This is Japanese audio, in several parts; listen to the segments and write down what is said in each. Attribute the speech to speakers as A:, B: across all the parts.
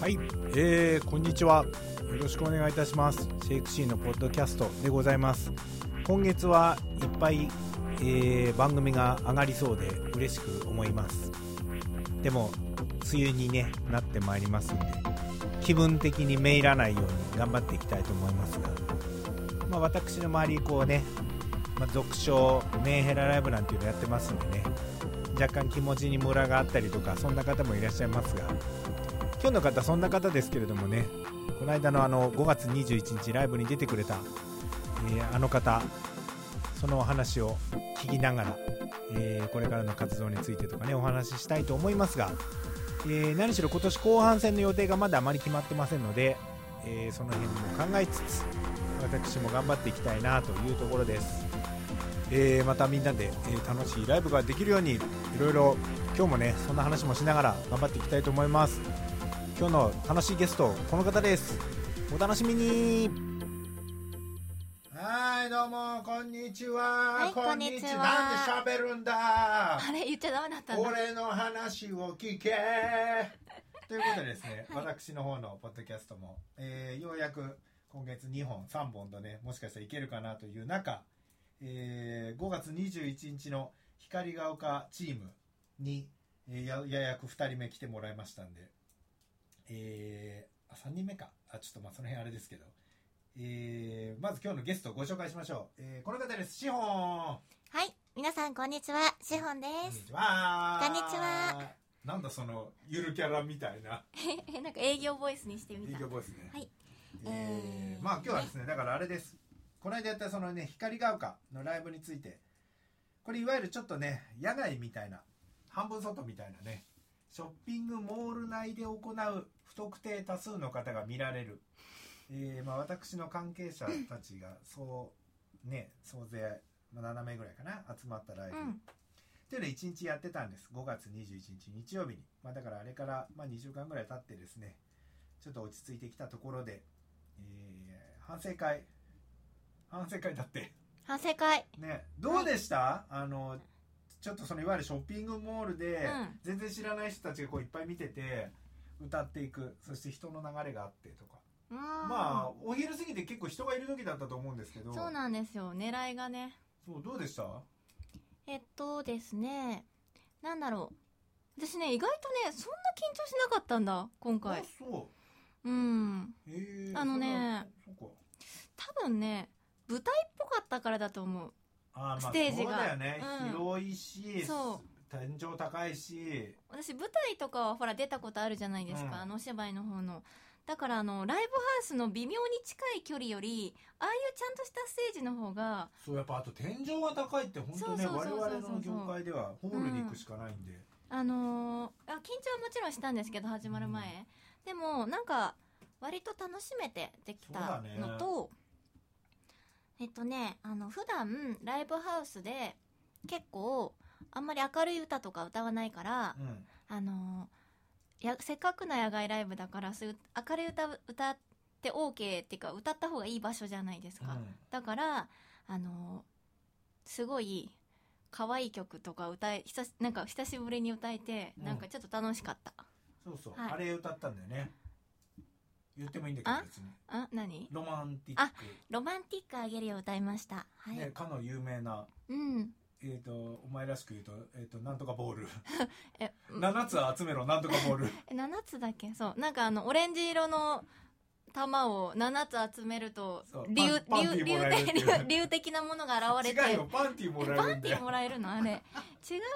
A: はい、えー、こんにちは。よろしくお願いいたします。シェイクシーのポッドキャストでございます。今月はいっぱい、えー番組が上がりそうで嬉しく思います。でも、梅雨に、ね、なってまいりますんで、気分的にめいらないように頑張っていきたいと思いますが、まあ、私の周り、こうね、まあ、俗称、メンヘラライブなんていうのやってますんでね、若干気持ちにムラがあったりとか、そんな方もいらっしゃいますが、今日の方そんな方ですけれどもねこの間のあの5月21日ライブに出てくれた、えーあの方そのお話を聞きながら、えーこれからの活動についてとかねお話ししたいと思いますが、えー何しろ今年後半戦の予定がまだあまり決まってませんので、えーその辺も考えつつ私も頑張っていきたいなというところです、えーまたみんなで、えー楽しいライブができるようにいろいろ今日もねそんな話もしながら頑張っていきたいと思います今日の楽しいゲストこの方ですお楽しみにはいどうもこんにちは、
B: はいこんにちは
A: なんで喋るんだ
B: あれ言っちゃダメだったんだ。
A: 俺の話を聞け ということでですね、私の方のポッドキャストも、えーようやく今月2本3本とねもしかしたらいけるかなという中、えー5月21日の光が丘チームに、えーやややく2人目来てもらいましたんで、えーあ3人目かあちょっとまあその辺あれですけど、えーまず今日のゲストをご紹介しましょう、えーこの方ですシホン
B: はい、皆さんこんにちは、しほんで
A: こんに
B: す。
A: ちは。
B: こんにちは。
A: なんだそのゆるキャラみたいな。
B: え、 なんか営業ボイスにしてみ
A: いい
B: た。
A: ボイスね。
B: はい。
A: えー、
B: えー
A: まあ今日はですね、だからあれです。この間やったそのね、光が丘のライブについて、これいわゆるちょっとね、野外みたいな、半分外みたいなね、ショッピングモール内で行う不特定多数の方が見られる。えー、まあ私の関係者たちが、そう、ね、総勢7名ぐらいかな、集まったライ
B: う
A: ブ。
B: ん。
A: っていうのを1日やってたんです5月21日日曜日に、まあ、だからあれから、まあ、2週間ぐらい経ってですねちょっと落ち着いてきたところで、えー反省会反省会だって
B: 反省会。
A: ねどうでした、あのちょっとそのいわゆるショッピングモールで、
B: うん
A: 全然知らない人たちがこういっぱい見てて歌っていくそして人の流れがあってとか、
B: うーん。
A: まあお昼過ぎて結構人がいる時だったと思うんですけど
B: そうなんですよ。狙いがね。
A: そうどうでした
B: えっとですね、なんだろう。私ね、意外とね、そんな緊張しなかったんだ、今
A: あ
B: 回。
A: そ
B: うん。
A: うへー
B: あのね
A: そんなそっか
B: 多分ね、舞台っぽかったからだと思う。
A: あーまあ
B: ステージが
A: そうだよね、
B: うん
A: 広いし
B: そ
A: 天井高いし
B: 私舞台とかはほら出たことあるじゃないですか、
A: うん
B: あのお芝居の方のだからあのライブハウスの微妙に近い距離よりああいうちゃんとしたステージの方が
A: そうやっぱあと天井が高いって本当ね
B: そうそうそうそうそう
A: 我々の業界ではホールに行くしかないんで、
B: あのーあ緊張はもちろんしたんですけど始まる前、でもなんか割と楽しめてできたのと、えっとねあの普段ライブハウスで結構あんまり明るい歌とか歌わないから、
A: うん
B: あのやせっかくの野外ライブだからそういう明るい歌歌って OK っていうか歌った方がいい場所じゃないです
A: うん
B: か、だからあのすごい可愛い曲とか歌え久しなんか久しぶりに歌えて、
A: うん
B: なんかちょっと楽しかった
A: そうそう、
B: はい
A: あれ歌ったんだよね言ってもいいんだけど
B: あ
A: 別に
B: あ何
A: ロマンティック、
B: ロマンティックあげるよ歌いましたはい、
A: ね、かの有名な
B: うん
A: えー、とお前らしく言うと,、えー、となんとかボール
B: え
A: 7つ集めろなんとか ボール
B: え7つだっけそうなんかあのオレンジ色の玉を7つ集めると
A: そう
B: 竜
A: パンパンテ
B: 竜
A: ィーもらえるっていう
B: 竜的竜的なものが現れて
A: 違うよパンティもらえ
B: パ
A: る
B: ン
A: ん
B: テ
A: だよ
B: ィーもらえる のあれ違う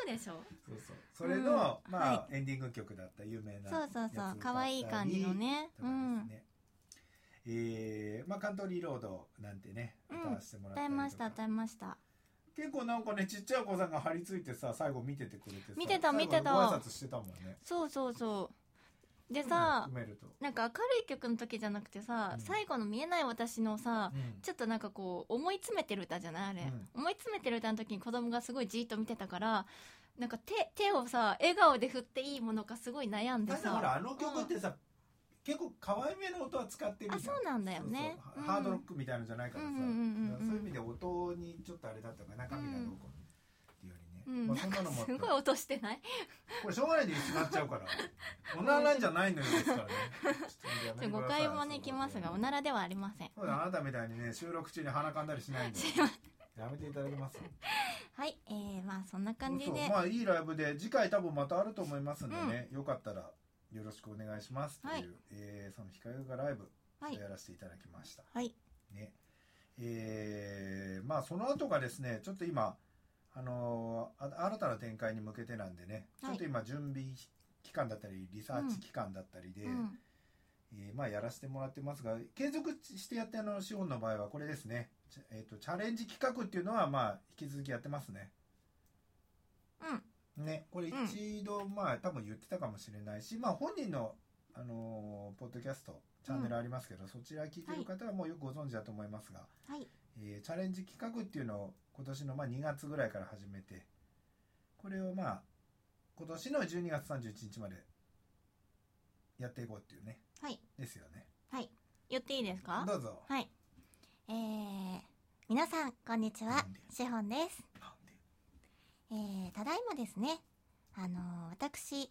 B: でしょ
A: そうそうそれの、
B: うん
A: まあ、
B: は
A: エンディング曲だった有名な
B: そうそうそう可愛い感じのね
A: とかで
B: う
A: す
B: ん
A: ね、えーまあカントリーロードなんてね
B: うん
A: 歌わせてもらった
B: 歌
A: りと
B: い
A: か
B: ました歌いました
A: 結構なんかねちっちゃい子さんが張り付いてさ最後見ててくれてさ
B: 見てた
A: 最後
B: 見てた
A: ご挨拶してたもんね
B: そうそうそうでさ、
A: 含めると、
B: なんか明るい曲の時じゃなくてさ、
A: うん
B: 最後の「見えない私」のさ、
A: うん
B: ちょっとなんかこう思い詰めてる歌じゃないあれ、
A: うん
B: 思い詰めてる歌の時に子供がすごいじーっと見てたからなんか手手をさ笑顔で振っていいものかすごい悩んで
A: ただほ
B: さ
A: らあの曲ってさ、結構可愛めの音は使ってるじゃん
B: あそうなんだよね
A: そうそう
B: うん
A: ハードロックみたいのじゃないからさ、
B: うんうんうんうん
A: そういう意味で音にちょっとあれだったのかな中身がどうこうっていうよりね、
B: うん、
A: まあ
B: な
A: そん
B: ん
A: な
B: か
A: のもあっ
B: す
A: て
B: ごい音してない
A: これしょうがないで一緒になっちゃうからおならなんじゃないのよですからね
B: ちょ誤解もねきますがおな
A: ら
B: らではありません
A: そうだあなたみたいにね収録中に鼻かんだりし ないんです
B: いません
A: やめていただけます
B: はいえー、まあそんな感じで、
A: そうまあいいライブで次回多分またあると思いますんでね、よかったらよろしくお願いしますという、
B: はい
A: えーその光がライブ
B: はい
A: やらせていただきました、
B: はい
A: ねえーまあその後がですねちょっと今あのーあ新たな展開に向けてなんでね、ち
B: はい
A: ょっと今準備期間だったりリサーチ期間だったりで、
B: うん
A: えーまあやらせてもらってますが継続してやってあの資本の場合はこれですね、ちえー、とチャレンジ企画っていうのはまあ引き続きやってますね
B: うん
A: ね、これ
B: うん
A: 一度、まあ多分言ってたかもしれないし、まあ本人の、あのーポッドキャストチャンネルありますけど、そちら聞いてる方はもうよくご存知だと思いますが、
B: はい
A: えーチャレンジ企画っていうのを今年のまあ2月ぐらいから始めてこれをまあ今年の12月31日までやっていこうっていうね
B: はい
A: ですよね
B: 言っていいですか
A: どうぞ
B: はいえー、皆さんこんにちは
A: なんで
B: しほんです
A: なんで
B: えーただいまですね、あのー私、チ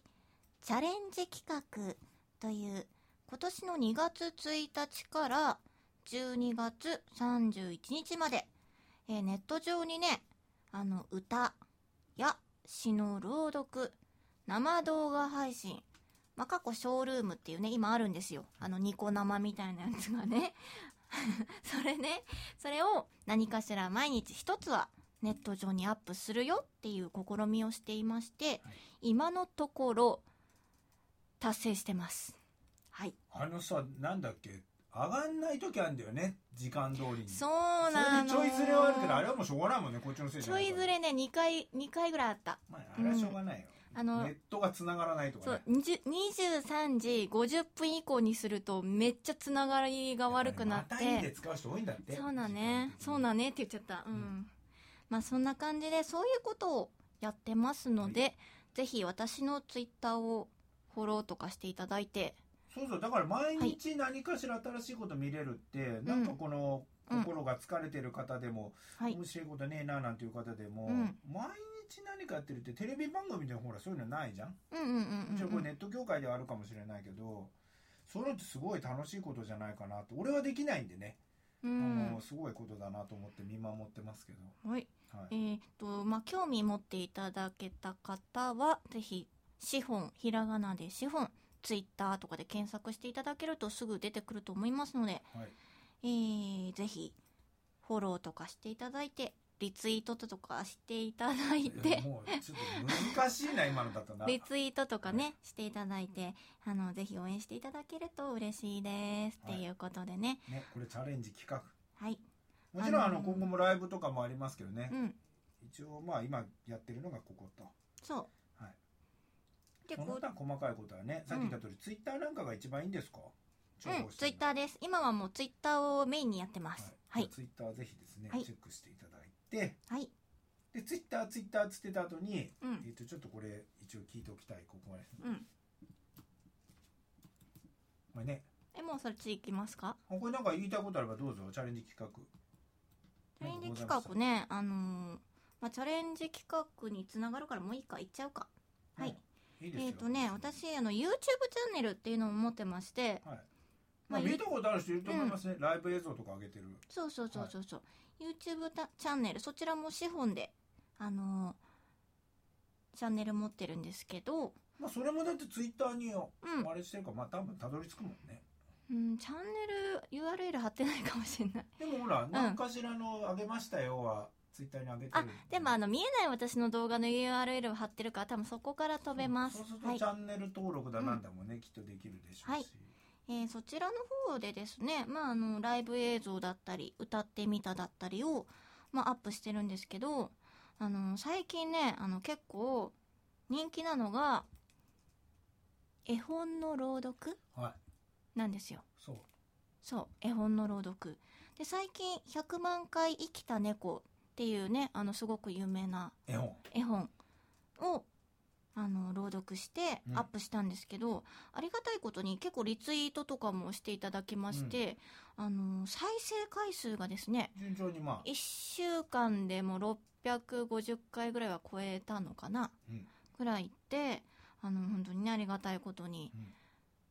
B: ャレンジ企画という、今年の2月1日から12月31日まで、えーネット上にね、あの、歌や詩の朗読、生動画配信、まあ、過去ショールームっていうね、今あるんですよ。あの、ニコ生みたいなやつがね。 それね、それを何かしら毎日一つはネット上にアップするよっていう試みをしていまして、今のところ達成してますはい
A: あのさなんだっけ上がんない時あるんだよね時間通りに
B: そうなの
A: それでちょいずれはあるけどあれはもうしょうがないもんねこっちのせいじ
B: ち
A: ゃな
B: ょ
A: い
B: い
A: から
B: ずれね2回2回ぐらいあった
A: まあ、あれはしょうがないよ、
B: うんあの
A: ネットが繋がらないとか
B: そ
A: ね
B: う20 23時50分以降にするとめっちゃつながりが悪くなっ
A: またいい
B: て
A: で使う人多いんだって
B: そうだねそうだねって言っちゃったうん、
A: うん
B: まあそんな感じでそういうことをやってますので、ぜひ私のツイッターをフォローとかしていただいて
A: そうそうだから毎日何かしら新しいこと見れるって、なんかこの
B: うん
A: 心が疲れてる方でも、
B: はい
A: 面白いことねえななんていう方でも、
B: うん
A: 毎日何かやってるってテレビ番組でほらそういうのないじゃん、
B: うんうんうんうん、
A: 一応これ
B: うん
A: ネット業界ではあるかもしれないけどそういうのってすごい楽しいことじゃないかなと俺はできないんでね、
B: うん
A: あのすごいことだなと思って見守ってますけど、
B: はい
A: はい
B: えーっとまあ興味持っていただけた方はぜひ資本ひらがなで資本ツイッターとかで検索していただけるとすぐ出てくると思いますので、
A: はい
B: えーぜひフォローとかしていただいてリツイートとかしていただい
A: いや
B: て
A: もうちょっと難しいな今のだった な
B: リツイートとかねしていただいてあのぜひ応援していただけると嬉しいです、
A: はい
B: っていうことでね
A: ね、これチャレンジ企画
B: はい
A: もちろんあ
B: あ
A: の
B: のー
A: 今後もライブとかもありますけどね、
B: うん
A: 一応まあ今やってるのがここと
B: そう、
A: はい
B: で
A: その
B: こう
A: 他細かいことはねさっき言った通り、ツイッターなんかが一番いいんですか
B: うん、ツイッタ
A: ー
B: ーです。今はもうツイッターをメインにやってます。は
A: はい、
B: い。
A: ツイッターぜひですね、
B: はい
A: チェックしていただいて
B: はい。
A: でツイッターツイッターつってた後に、え
B: うん。
A: っとちょっとこれ一応聞いておきたいここまで
B: うん。
A: これね
B: え、もうそっち行きますか
A: あこれなんか言いたいことあればどうぞチャレンジ企画
B: チャレンジ
A: なんかございました
B: 企画ね、あのーまあ、チャレンジ企画につながるからもういいか、行っちゃうか。はい。
A: うんいいですよ
B: えっ、とね、私、あの、YouTube チャンネルっていうのを持ってまして、
A: はいま
B: ま
A: あ、
B: あ
A: 見たことある人いると思いますね、ライブ映像とか上げてる
B: そうそうそうそうそう、YouTube たチャンネルそちらも資本であのーチャンネル持ってるんですけど、
A: まあそれもだってツイッターに
B: うん、
A: あれしてるからまあ多分たどり着くもんね
B: うん、チャンネル URL 貼ってないかもしれない
A: でもほら何かしらの「あげましたよ」はツイッターに上げてる
B: あでもあの見えない私の動画の URL を貼ってるから多分そこから飛べます
A: そうする
B: は
A: と
B: い
A: チャンネル登録だなんだもね、きっとできるでしょうし、
B: はいえーそちらの方でですね、まあ、あのライブ映像だったり歌ってみただったりを、まあ、アップしてるんですけどあの最近ねあの結構人気なのが絵本の朗読
A: はい
B: なんですよ
A: そう
B: そう絵本の朗読で最近「100万回生きた猫」っていうねあのすごく有名な
A: 絵本
B: 絵本をあの朗読して
A: うん
B: アップしたんですけど、ありがたいことに結構リツイートとかもしていただきまして、あの再生回数がですね
A: 順調にまあ
B: 1週間でも650回ぐらいは超えたのかな、
A: うん
B: ぐらいいってあの本当にねありがたいことに、
A: うん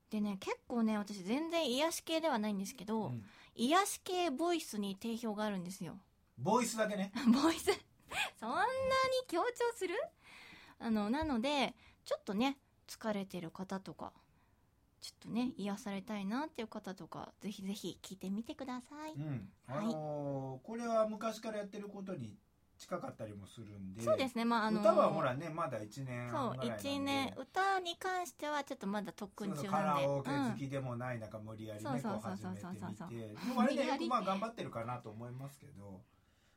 B: でね結構ね私全然癒し系ではないんですけど、
A: うん
B: 癒し系ボイスに定評があるんですよ
A: ボイスだけね
B: ボイスそんなに強調するあのなのでちょっとね疲れてる方とかちょっとね癒されたいなっていう方とかぜひぜひ聞いてみてください、
A: うんあのーこれは昔からやってることに近かったりもするんで
B: そうですねまああの
A: 歌はほらねまだ1年
B: そ
A: 半
B: う
A: ぐらいなんで
B: 1年歌に関してはちょっとまだ特訓
A: そう
B: 中
A: そうカラ
B: なん
A: オケ好
B: でうん
A: きでもない中無理やり
B: そう
A: ね
B: そ
A: こ
B: うそううそう
A: 始めて
B: そうそう
A: みてでもあれ
B: 無理
A: ね
B: や
A: よ
B: り
A: くまあ頑張ってるかなと思いますけど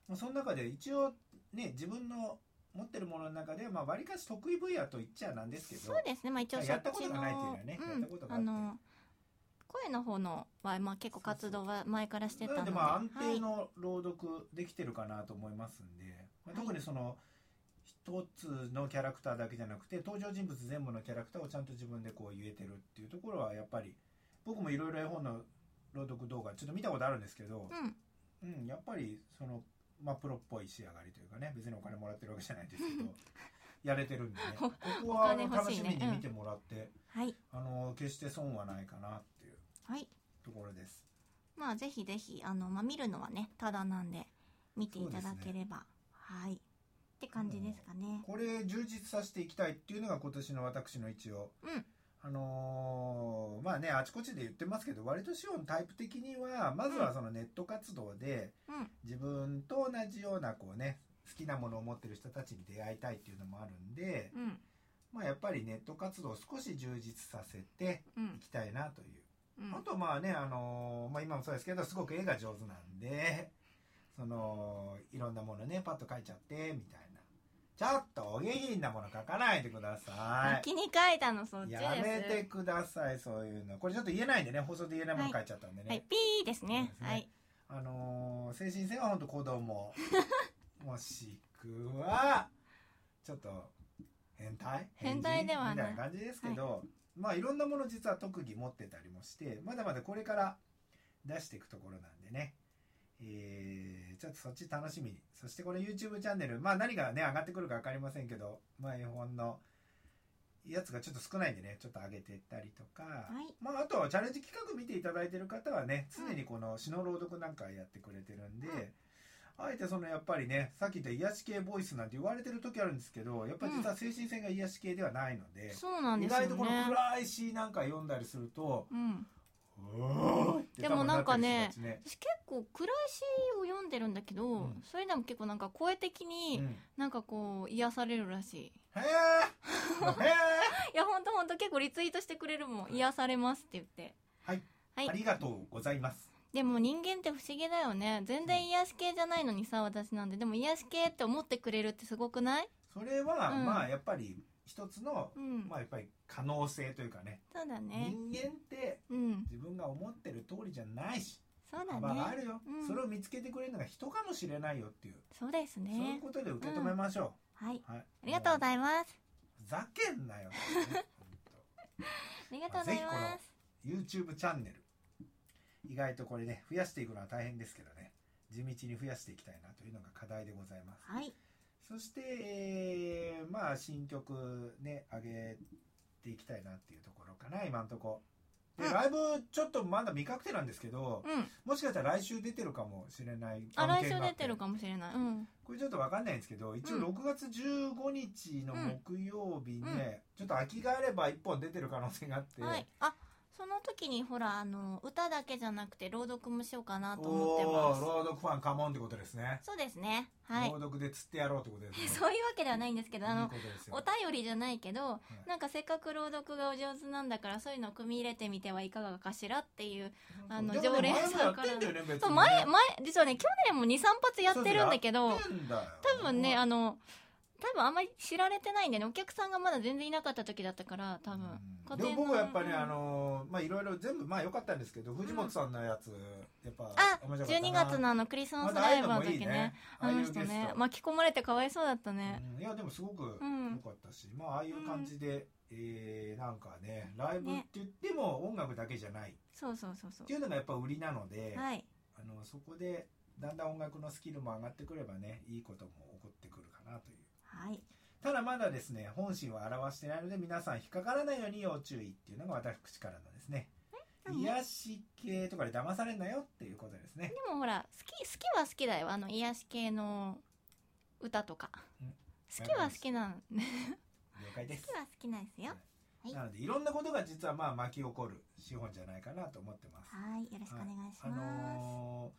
A: まあその中で一応ね自分の持ってるものの中ではまあわりかし得意分野と言っちゃなんですけど
B: そうですねまあ一応そ
A: や
B: っ
A: ったこ
B: ち
A: と
B: の
A: がないっていうのはねやったこと
B: うん
A: があ
B: あ
A: って
B: の声の方のはまあ結構活動は前からして
A: な
B: たの
A: の
B: で
A: でまあ安
B: は
A: 定
B: い
A: の朗読できてるかなと思いますんで、まあ特にその一つのキャラクターだけじゃなくて登場人物全部のキャラクターをちゃんと自分でこう言えてるっていうところはやっぱり僕もいろいろ絵本の朗読動画ちょっと見たことあるんですけど、
B: うん
A: うん、やっぱりその、まあ、プロっぽい仕上がりというかね別にお金もらってるわけじゃないですけ どやれてるんでね
B: お
A: ここはあの
B: お金欲
A: 楽
B: しい
A: し
B: ね
A: みに見てもらって、
B: はい
A: あの決して損はないかなっていう
B: はい
A: ところです
B: まあぜひぜひあのまあ見るのはねただなんで見ていただければ、はいって感じですかね
A: これ充実させていきたいっていうのが今年の私の一応、
B: うん
A: あのーまあねあちこちで言ってますけど割とシオンタイプ的にはまずはそのネット活動で
B: うん
A: 自分と同じようなこうね好きなものを持ってる人たちに出会いたいっていうのもあるんで、
B: うん
A: まあ、やっぱりネット活動を少し充実させて
B: う
A: い
B: ん
A: きたいなという、
B: うん
A: あとまあね、あのーまあ、今もそうですけどすごく絵が上手なんでそのいろんなものねパッと描いちゃってみたいなちょっとお下品なもの描かないでくださ
B: 気に書いたのそっち
A: い
B: で
A: や
B: す
A: めてくださいそういうのこれちょっと言えないんでね放送で言えないもの
B: は
A: 描いちゃったんでね、
B: はいピーですね
A: そうですね
B: はい
A: あのー精神性は本当子 供もしくはちょっと変態
B: 変態ではない
A: みたいな感じですけど、まあいろんなもの実は特技持ってたりもしてまだまだこれから出していくところなんでね、えーちょっとそっち楽しみにそしてこれ YouTube チャンネルまあ何がね上がってくるか分かりませんけどまあ絵本のやつがちょっと少ないんでねちょっと上げていったりとか、
B: はい
A: まあ、あとはチャレンジ企画見ていただいてる方はね常にこの詩の朗読なんかやってくれてるんで、あえてそのやっぱりねさっき言った癒し系ボイスなんて言われてる時あるんですけどやっぱり実は精神性が癒し系ではないので、
B: そうなん
A: 意
B: ですよね
A: 外とこの暗い詩なんか読んだりすると
B: うん
A: 「おーい!」って
B: でもなんかね
A: 多分なってる人たち
B: 私結構暗い詩を読んでるんだけど、
A: うん
B: それでも結構なんか声的に
A: うん
B: なんかこう癒されるらしい、
A: へえへ
B: いやほんとほんと結構リツイートしてくれるもん癒されますって言って
A: はい、
B: は
A: えあ
B: い
A: りがとうございます
B: でも人間って不思議だよね全然癒し系じゃないのにさ私なんででも癒し系って思ってくれるってすごくない
A: それは、
B: うん
A: まあやっぱり一つの、
B: うん、
A: まあやっぱり可能性というかね
B: そうだね
A: 人間って
B: うん
A: 自分が思ってる通りじゃないし
B: そうだ
A: 幅があ
B: ね
A: るよ、
B: うん
A: それを見つけてくれるのが人かもしれないよっていう、
B: そうです
A: そういう
B: ね
A: ことで受け止めましょ
B: はい
A: うん、はい、
B: ありがとうご
A: も
B: ざいます
A: うふざけんなよ、 ねほんと
B: ありがとうございま
A: ぜ
B: す
A: YouTube チャンネル意外とこれね増やしていくのは大変ですけどね地道に増やしていきたいなというのが課題でございます、
B: はい
A: そして、えーまあ新曲ね上げていきたいなっていうところかな今んとこで
B: うん
A: ライブちょっとまだ未確定なんですけど、
B: うん
A: もしかしたら来週出てるかもしれない
B: あ
A: 案
B: 来
A: 件
B: 週
A: があ
B: 出
A: って
B: るかもしれないうん
A: これちょっとわかんないんですけど一応
B: うん
A: 6月15日の木曜日ね、
B: うんうん
A: ちょっと空きがあれば1本出てる可能性があって、
B: はい、あその時にほらあの歌だけじゃなくて朗読もしようかなと思って
A: お
B: ま
A: ー
B: す
A: 朗読ファンカモンってことですね、
B: そうですねはい
A: 朗読で釣ってやろうってことですね
B: そういうわけではないんですけど
A: い
B: あ
A: い
B: の
A: ことですよ
B: お便りじゃないけど、
A: い
B: なんかせっかく朗読がお上手なんだからそういうのを組み入れてみてはいかがかしらっていうあの
A: でもね
B: 常連さ
A: 前
B: ん
A: もやってんだよね別
B: そう
A: に
B: 前前実はね去年も23発やってるんだけど
A: やってんだよ
B: 多分ねあの多分あんまり知られてないんだよねお客さんがまだ全然いなかった時だったから多分
A: うん
B: 個
A: でも
B: 展
A: 僕
B: の
A: はやっぱり、
B: うん
A: あのまあいろいろ全部まあ良かったんですけど藤本さんのやつやっぱ
B: あ
A: 面白かった
B: 12月のあのクリスマ
A: ま
B: ス
A: たああ
B: ラ
A: い
B: イ
A: う
B: ブ
A: の
B: の
A: もいい
B: 時ね
A: ねああ
B: あ
A: いう
B: の
A: ゲス
B: 人
A: ト
B: ね巻き込まれてかわいそうだったね
A: うんいやでもすごく良
B: うん
A: かったし、まあああいう感じで、えーなんかねライブって言っても音楽だけじゃないっ
B: そうそうそうそ
A: ていうのがやっぱ売りなので、
B: うはい
A: あのそこでだんだん音楽のスキルも上がってくればねいいことも起こってくるかなという
B: はい
A: ただまだですね本心は表してないので皆さん引っかからないように要注意っていうのが私からのですね
B: 何
A: 癒し系とかで騙されんなよっていうことですね
B: でもほら好き好きは好きだよあの癒し系の歌とか
A: うん
B: 好きは好きなん好
A: 了解です
B: き は好きなんですよはい
A: なのでいろんなことが実はまあ巻き起こる資本じゃないかなと思ってます
B: はいよろしくお願いし
A: あ
B: ま
A: の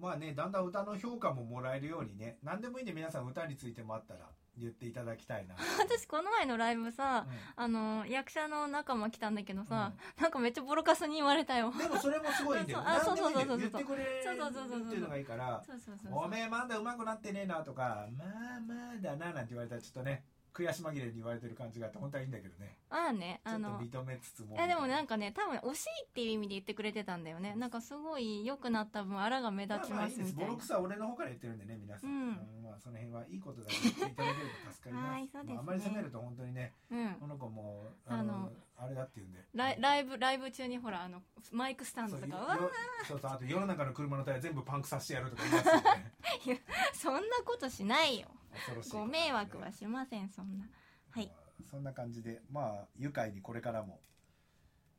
A: ーまあねだんだん歌の評価ももらえるようにね何でもいいんで皆さん歌についてもあったら言っていただきたい な
B: す私この前のライブさあの役者の仲間来たんだけどさなんかめっちゃボロカスに言われたよ
A: うんでもそれもすごいんだよ
B: あそう
A: 何でもいいんだよ
B: そうそうそうそう
A: 言ってくれるっていうのがいいから
B: そうそうそうそ
A: お
B: う
A: めえまだ上手くなってねえなとかまあまあだななんて言われたらちょっとね悔し紛れに言われてる感じがあって本当はいいんだけどね
B: ああね
A: ちょっ
B: あ
A: と
B: の
A: 認めつつも
B: いやでもなんかね多分惜しいっていう意味で言ってくれてたんだよねなんかすごい良くなった分あらが目
A: まあ
B: 立ち
A: まあ
B: ま
A: いい
B: す
A: で
B: み
A: す
B: た
A: ボ
B: いな
A: ロクソは俺の方から言ってるんでね皆さん、
B: うん
A: まあ、その辺はいいことだと言っていただければ助かります
B: はいそうですね
A: まあ、あまり責めると本当にね
B: うん
A: この子もあの
B: あの
A: あれだって言うんで
B: ライライブライブ中にほらあのマイクスタンド
A: そう
B: と
A: よ
B: かうわ
A: よそうそうあと世の中の車のタイヤ全部パンクさせてやるとか言いますよね
B: そんなことしないよ
A: 恐ろしい
B: ご迷惑はしませんそんなはい
A: まあそんな感じでまあ愉快にこれからも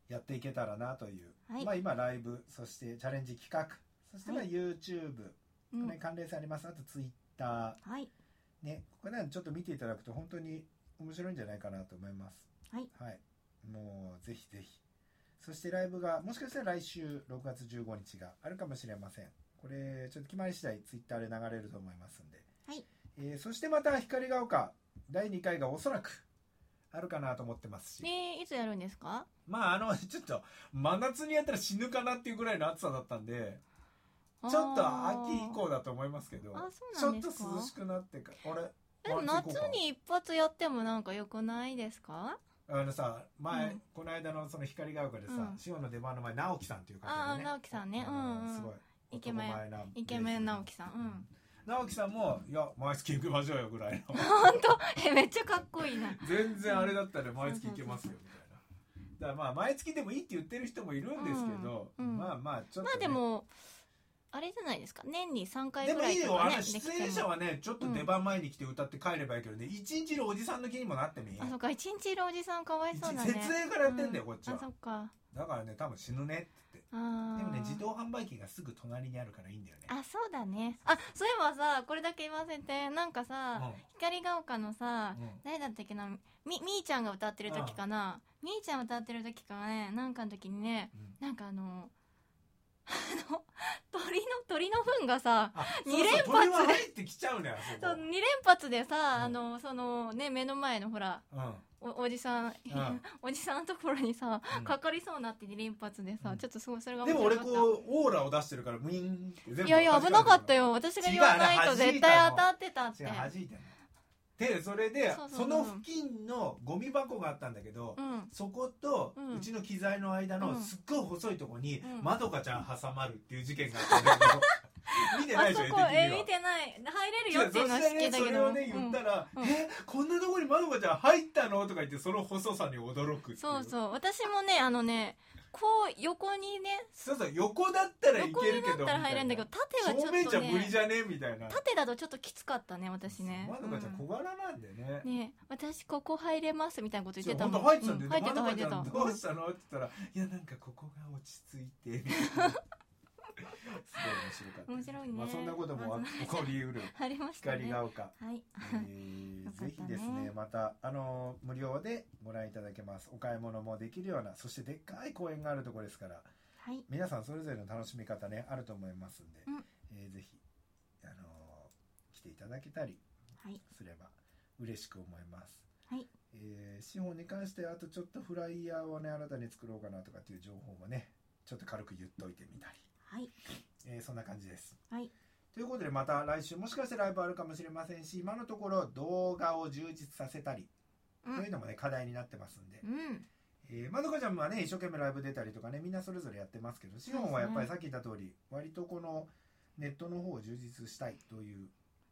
A: やっていけたらなという、
B: はい
A: まあ今ライブそしてチャレンジ企画そしてまあ
B: はい
A: YouTube、
B: う
A: こ
B: ん
A: れ関連性ありますあと Twitter
B: はい
A: ねこれらちょっと見ていただくと本当に面白いんじゃないかなと思います
B: はい、
A: もうぜひぜひそしてライブがもしかしたら来週6月15日があるかもしれませんこれちょっと決まり次第 Twitter で流れると思いますんで、
B: はい
A: えーそしてまた光が丘第2回がおそらくあるかなと思ってますし、
B: でいつやるんですか
A: まああのちょっと真夏にやったら死ぬかなっていうぐらいの暑さだったんで
B: ち
A: ちょっと秋以降だと思いますけど
B: あそうなん
A: ち
B: で
A: ょっ
B: すか
A: と涼しくなってか俺
B: でも
A: 夏以降
B: 夏
A: か
B: に一発やってもなんか良くないですか
A: あのさ前、
B: うん
A: この間のその光が丘でさ、
B: うん
A: シオンの出番の前直樹さんっていう方がね
B: あー直樹さんね
A: あの
B: うんうん
A: すごい
B: イケメン
A: 男前な
B: イケメン直樹さんうん
A: 直樹さんも「いや毎月行きましょうよ」ぐらい の
B: 本当えめっちゃかっこいいな
A: 全然あれだったら毎月行けますよみたいなだからまあ毎月でもいいって言ってる人もいるんですけど、
B: うんうん
A: まあまあちょっ
B: ま
A: と
B: あで
A: ね、
B: もあれじゃないですか年に3回
A: で
B: ぐ
A: も
B: ら
A: い
B: い
A: い
B: と
A: よ、
B: か
A: あ
B: ね
A: の出演者はね、ちょっと出番前に来て歌って帰ればいいけどね、一日のおじさんの気にもなってもいい
B: できたらあそっか一日いるおじさんかわいそうだね
A: 設営からやってんだよ
B: う
A: こっちは
B: あそっか
A: だからね、多分死ぬねって
B: あ
A: 言って。
B: ー
A: でもね、自動販売機がすぐ隣にあるからいいんだよね。
B: あそうだねあそういえばさこれだけ言わせてなんか
A: うん
B: さ光が丘のさ
A: うん
B: 誰だったっけなみみーちゃんが歌ってる時かなみーちゃん歌ってる時かねなんかの時にね
A: うん
B: なんかあのあの 鳥の鳥の糞がさ
A: あそ
B: 二
A: うそう
B: 連発
A: 鳥は入ってきちゃうね
B: そ
A: あ
B: う
A: そ
B: 2
A: こ
B: 連発で
A: うん
B: さあのそのね目の前のほら
A: うん
B: おおじさん、
A: ん
B: おじさんのところにさ、
A: うん
B: かかりそうなって連発でさ、
A: うん
B: ちょっとすごいそれが
A: でも俺
B: 面白かっ
A: こうオーラを出してるからウィーンって全
B: た
A: 部
B: いやいや危なかったよ私が言わない
A: 違うあ
B: と
A: れ弾
B: 絶
A: いたの
B: 対当たってたって
A: 違う弾いてんのでそれで
B: そうそう
A: そ
B: そう
A: の付近のゴミ箱があったんだけど
B: うん
A: そこと
B: うん
A: うちの機材の間
B: う
A: の
B: ん
A: すっごい細いとこに
B: うん
A: まどかちゃん挟まるっていう事件があったんだ けど見てな
B: あ
A: いで
B: そ
A: しょ
B: こ
A: 絵的には
B: え見てない入れるよっていうのは
A: そ
B: 知
A: し
B: っ
A: てね
B: てた
A: そ
B: け
A: れ
B: ど
A: をね言ったら「
B: うん
A: えこんなとこにまどかちゃん入ったの?」とか言ってその細さに驚くってい
B: そうそう私もねあのねこう横にね
A: そうそう横だったらい
B: 横
A: ける
B: に
A: け
B: なっ
A: ど
B: たら入れるんだけど縦は
A: 正面
B: ち
A: じ
B: ょ
A: ゃ
B: っと
A: 無理
B: ね
A: じゃねみたいな
B: 縦だとちょっときつかったね私ね
A: まどかちゃん
B: うん
A: 小柄なんでね、
B: ね私ここ入れますみたいなこと言ってた
A: 本当
B: もん
A: 入ってたんで、
B: う
A: うんん、
B: 入ってた入
A: まど
B: って
A: かちゃ
B: た
A: んどうしたのって言ったら「いやなんかここが落ち着いて」み たいなすごい面白かったです
B: 面白いね
A: まあ、そんなことも起こり うる
B: ありましたね
A: 光が丘、
B: は
A: え
B: いよ
A: ーぜ
B: かったね
A: ひですねまたあのー無料でご覧いただけますお買い物もできるようなそしてでっかい公園があるところですから
B: はい
A: 皆さんそれぞれの楽しみ方ねあると思いますんで、
B: うん
A: えーぜひ、あのー来ていただけたり
B: はい
A: すれば嬉しく思います。
B: はい
A: えー資本に関してあとちょっとフライヤーをね新たに作ろうかなとかっていう情報もねちょっと軽く言っといてみたり、
B: はい
A: えーそんな感じです。
B: はい
C: ということでまた来週もしかしてライブあるかもしれませんし今のところ動画を充実させたり
B: う
C: と
B: ん
C: いうのもね課題になってますんで、
B: うん
C: えー、まどかちゃんもね一生懸命ライブ出たりとかねみんなそれぞれやってますけどシオンはやっぱりさっき言った通り割とこのネットの方を充実したいという、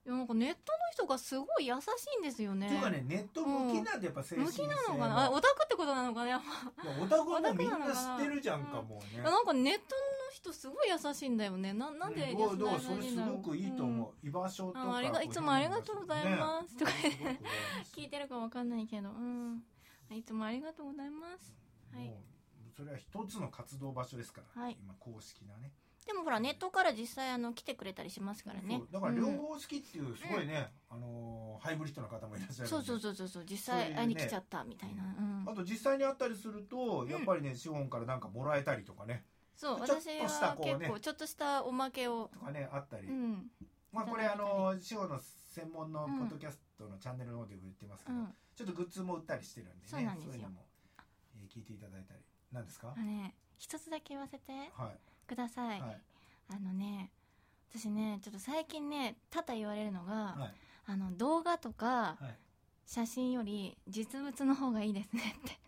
B: いやなんかネットの人がすごい優しいんですよね
C: というかねネット向きなんでやっぱ精神
B: 向
C: 性
B: き
C: の
B: なのかなあオタクってことなのかねやっぱ
C: いやオタクはも
B: オ
C: う
B: タク
C: みん
B: なのかな
C: な知ってるじゃんか
B: うん
C: もう
B: い
C: ね
B: やなんかネットの人すごい優しいんだよねななんで
C: ね
B: 優
C: どうどう
B: し
C: それ
B: いん
C: す
B: だろう
C: ごくいいと思う、居場所と
B: あ
C: か
B: ありがいつもありがとうございますすとか言って
C: ねすご
B: 聞い
C: く
B: てるかわかんないけどうんいつもありがとうございます
C: 羨
B: は
C: ましい
B: い
C: もうそれは一つの活動場所ですから、
B: はい
C: 今公式なね
B: でもほらネットから実際あの来てくれたりしますからね
C: そうだから両方好きっていうすごいね、あのーハイブリッドな方もいらっしゃるん
B: う
C: で
B: んそうそうそうそうそう実
C: そうい
B: 際
C: うね
B: 会いに来ちゃったみたいなうん
C: あと実際に会ったりすると
B: ん
C: やっぱりね資本からなんかもらえたりとかね
B: そう
C: ちょっと
B: 私
C: した
B: は
C: こうね
B: 結構ちょっとしたおまけを
C: とかねあったり、
B: うん
C: まあこれ
B: い
C: あ
B: ただいた
C: の
B: り
C: 資本の専門の
B: う
C: ポ
B: ん
C: ッドキャストのチャンネルの方でも言ってますけ
B: う
C: ど、
B: ん
C: ちょっとグッズも売ったりしてるんでね
B: そうなんですよ
C: いうのも、えー聞いていただいたりなんですか、
B: あのね一つだけ言わせて
C: はい
B: ください
C: はい
B: あのね私ねちょっと最近ね多々言われるのが
C: はい
B: あの動画とか
C: はい
B: 写真より実物の方がいいですねって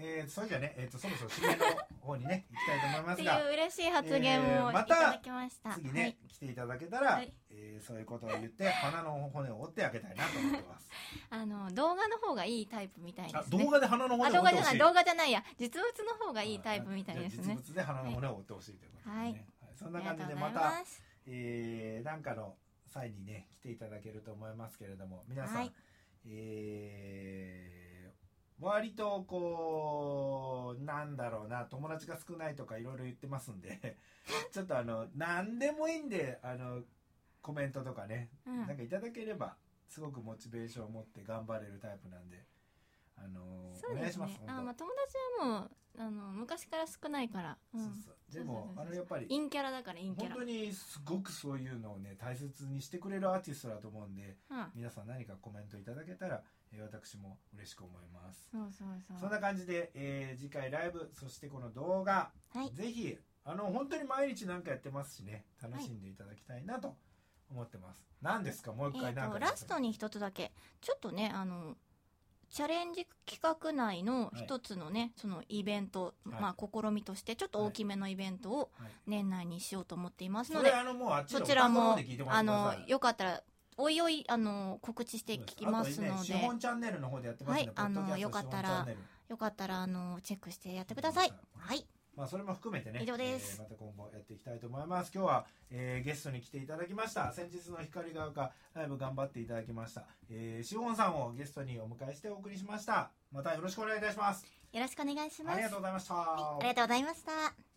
C: えー、それじゃね、えー、とそろそろ締めの方にね行きたいと思いま
B: って
C: す
B: い
C: が
B: う嬉しい発言を
C: えー
B: い
C: ま
B: た
C: た
B: だきました、
C: 次ね、
B: はい
C: 来ていただけたら、
B: はい
C: えーそういうことを言って鼻の骨を折ってあげたいなと思ってます
B: あの動画の方がいいタイプみたいで
C: あ
B: すね
C: 動画で鼻の
B: あ
C: 骨を
B: 動
C: 折っ
B: 画
C: てほし
B: じゃない
C: い
B: 動画じゃないや実物の方がいいタイプみたいです
C: じゃあ
B: ね
C: 実物で鼻の骨を折ってほしいということですね、
B: は
C: はいいそん
B: あ
C: な
B: りが
C: 感じ
B: とう
C: で
B: ござ
C: ま
B: い
C: た
B: ます
C: えーなんかの際にね来ていただけると思いますけれども皆さん、
B: はい
C: えー割とこうなんだろうな友達が少ないとかいろいろ言ってますんで ちょっとあの何でもいいんであのコメントとかね、
B: うん
C: なんかいただければすごくモチベーションを持って頑張れるタイプなんで、あの
B: そう
C: お願い
B: です
C: します
B: ね
C: 本当
B: あ、まあ、友達はもうあの昔から少ないから、うん、
C: そうそうでも
B: そうそうそうそう
C: あのやっぱり
B: 陰キャラだから陰キ
C: 本
B: ャラ
C: 当にすごくそういうのをね大切にしてくれるアーティストだと思うんで
B: うん
C: 皆さん何かコメントいただけたら、えー私も嬉しく思います、
B: そうそうそう
C: そんな感じで、えー次回ライブそしてこの動画、
B: はい
C: ぜひあの本当に毎日なんかやってますしね楽しんでいただきたいなと思ってます、何ですかもう一
B: え
C: 回なん
B: ー、
C: か
B: とラストに一つだけちょっとねあのチャレンジ企画内の一つのね、そのイベント、
C: はい
B: まあ、試みとしてちょっと大きめのイベントを
C: はい
B: 年内にしようと思っています
C: そ
B: の
C: れ
B: で、
C: あのもうあっちの
B: そちらも
C: 歌の方で聞いてもら
B: あ
C: ってくだ
B: の
C: さい
B: よかったらおいおいあの告知して
C: そう
B: 聞
C: です
B: きます
C: あと
B: ので
C: ね資本チャンネルの方でやってますんで
B: はいあの
C: ポッドキャスト
B: よかったら
C: 資本チャンネル
B: よかったらあのチェックしてやってください
C: そうです
B: はい
C: まあ、それも含めてね
B: 以上です
C: えーまた今後やっていきたいと思います今日は、えーゲストに来ていただきました先日の光が丘ライブ頑張っていただきました、えー、シオンさんをゲストにお迎えしてお送りしましたまたよろしくお願いいたします
B: よろしくお願いします
C: ありがとうございました、
B: はいありがとうございました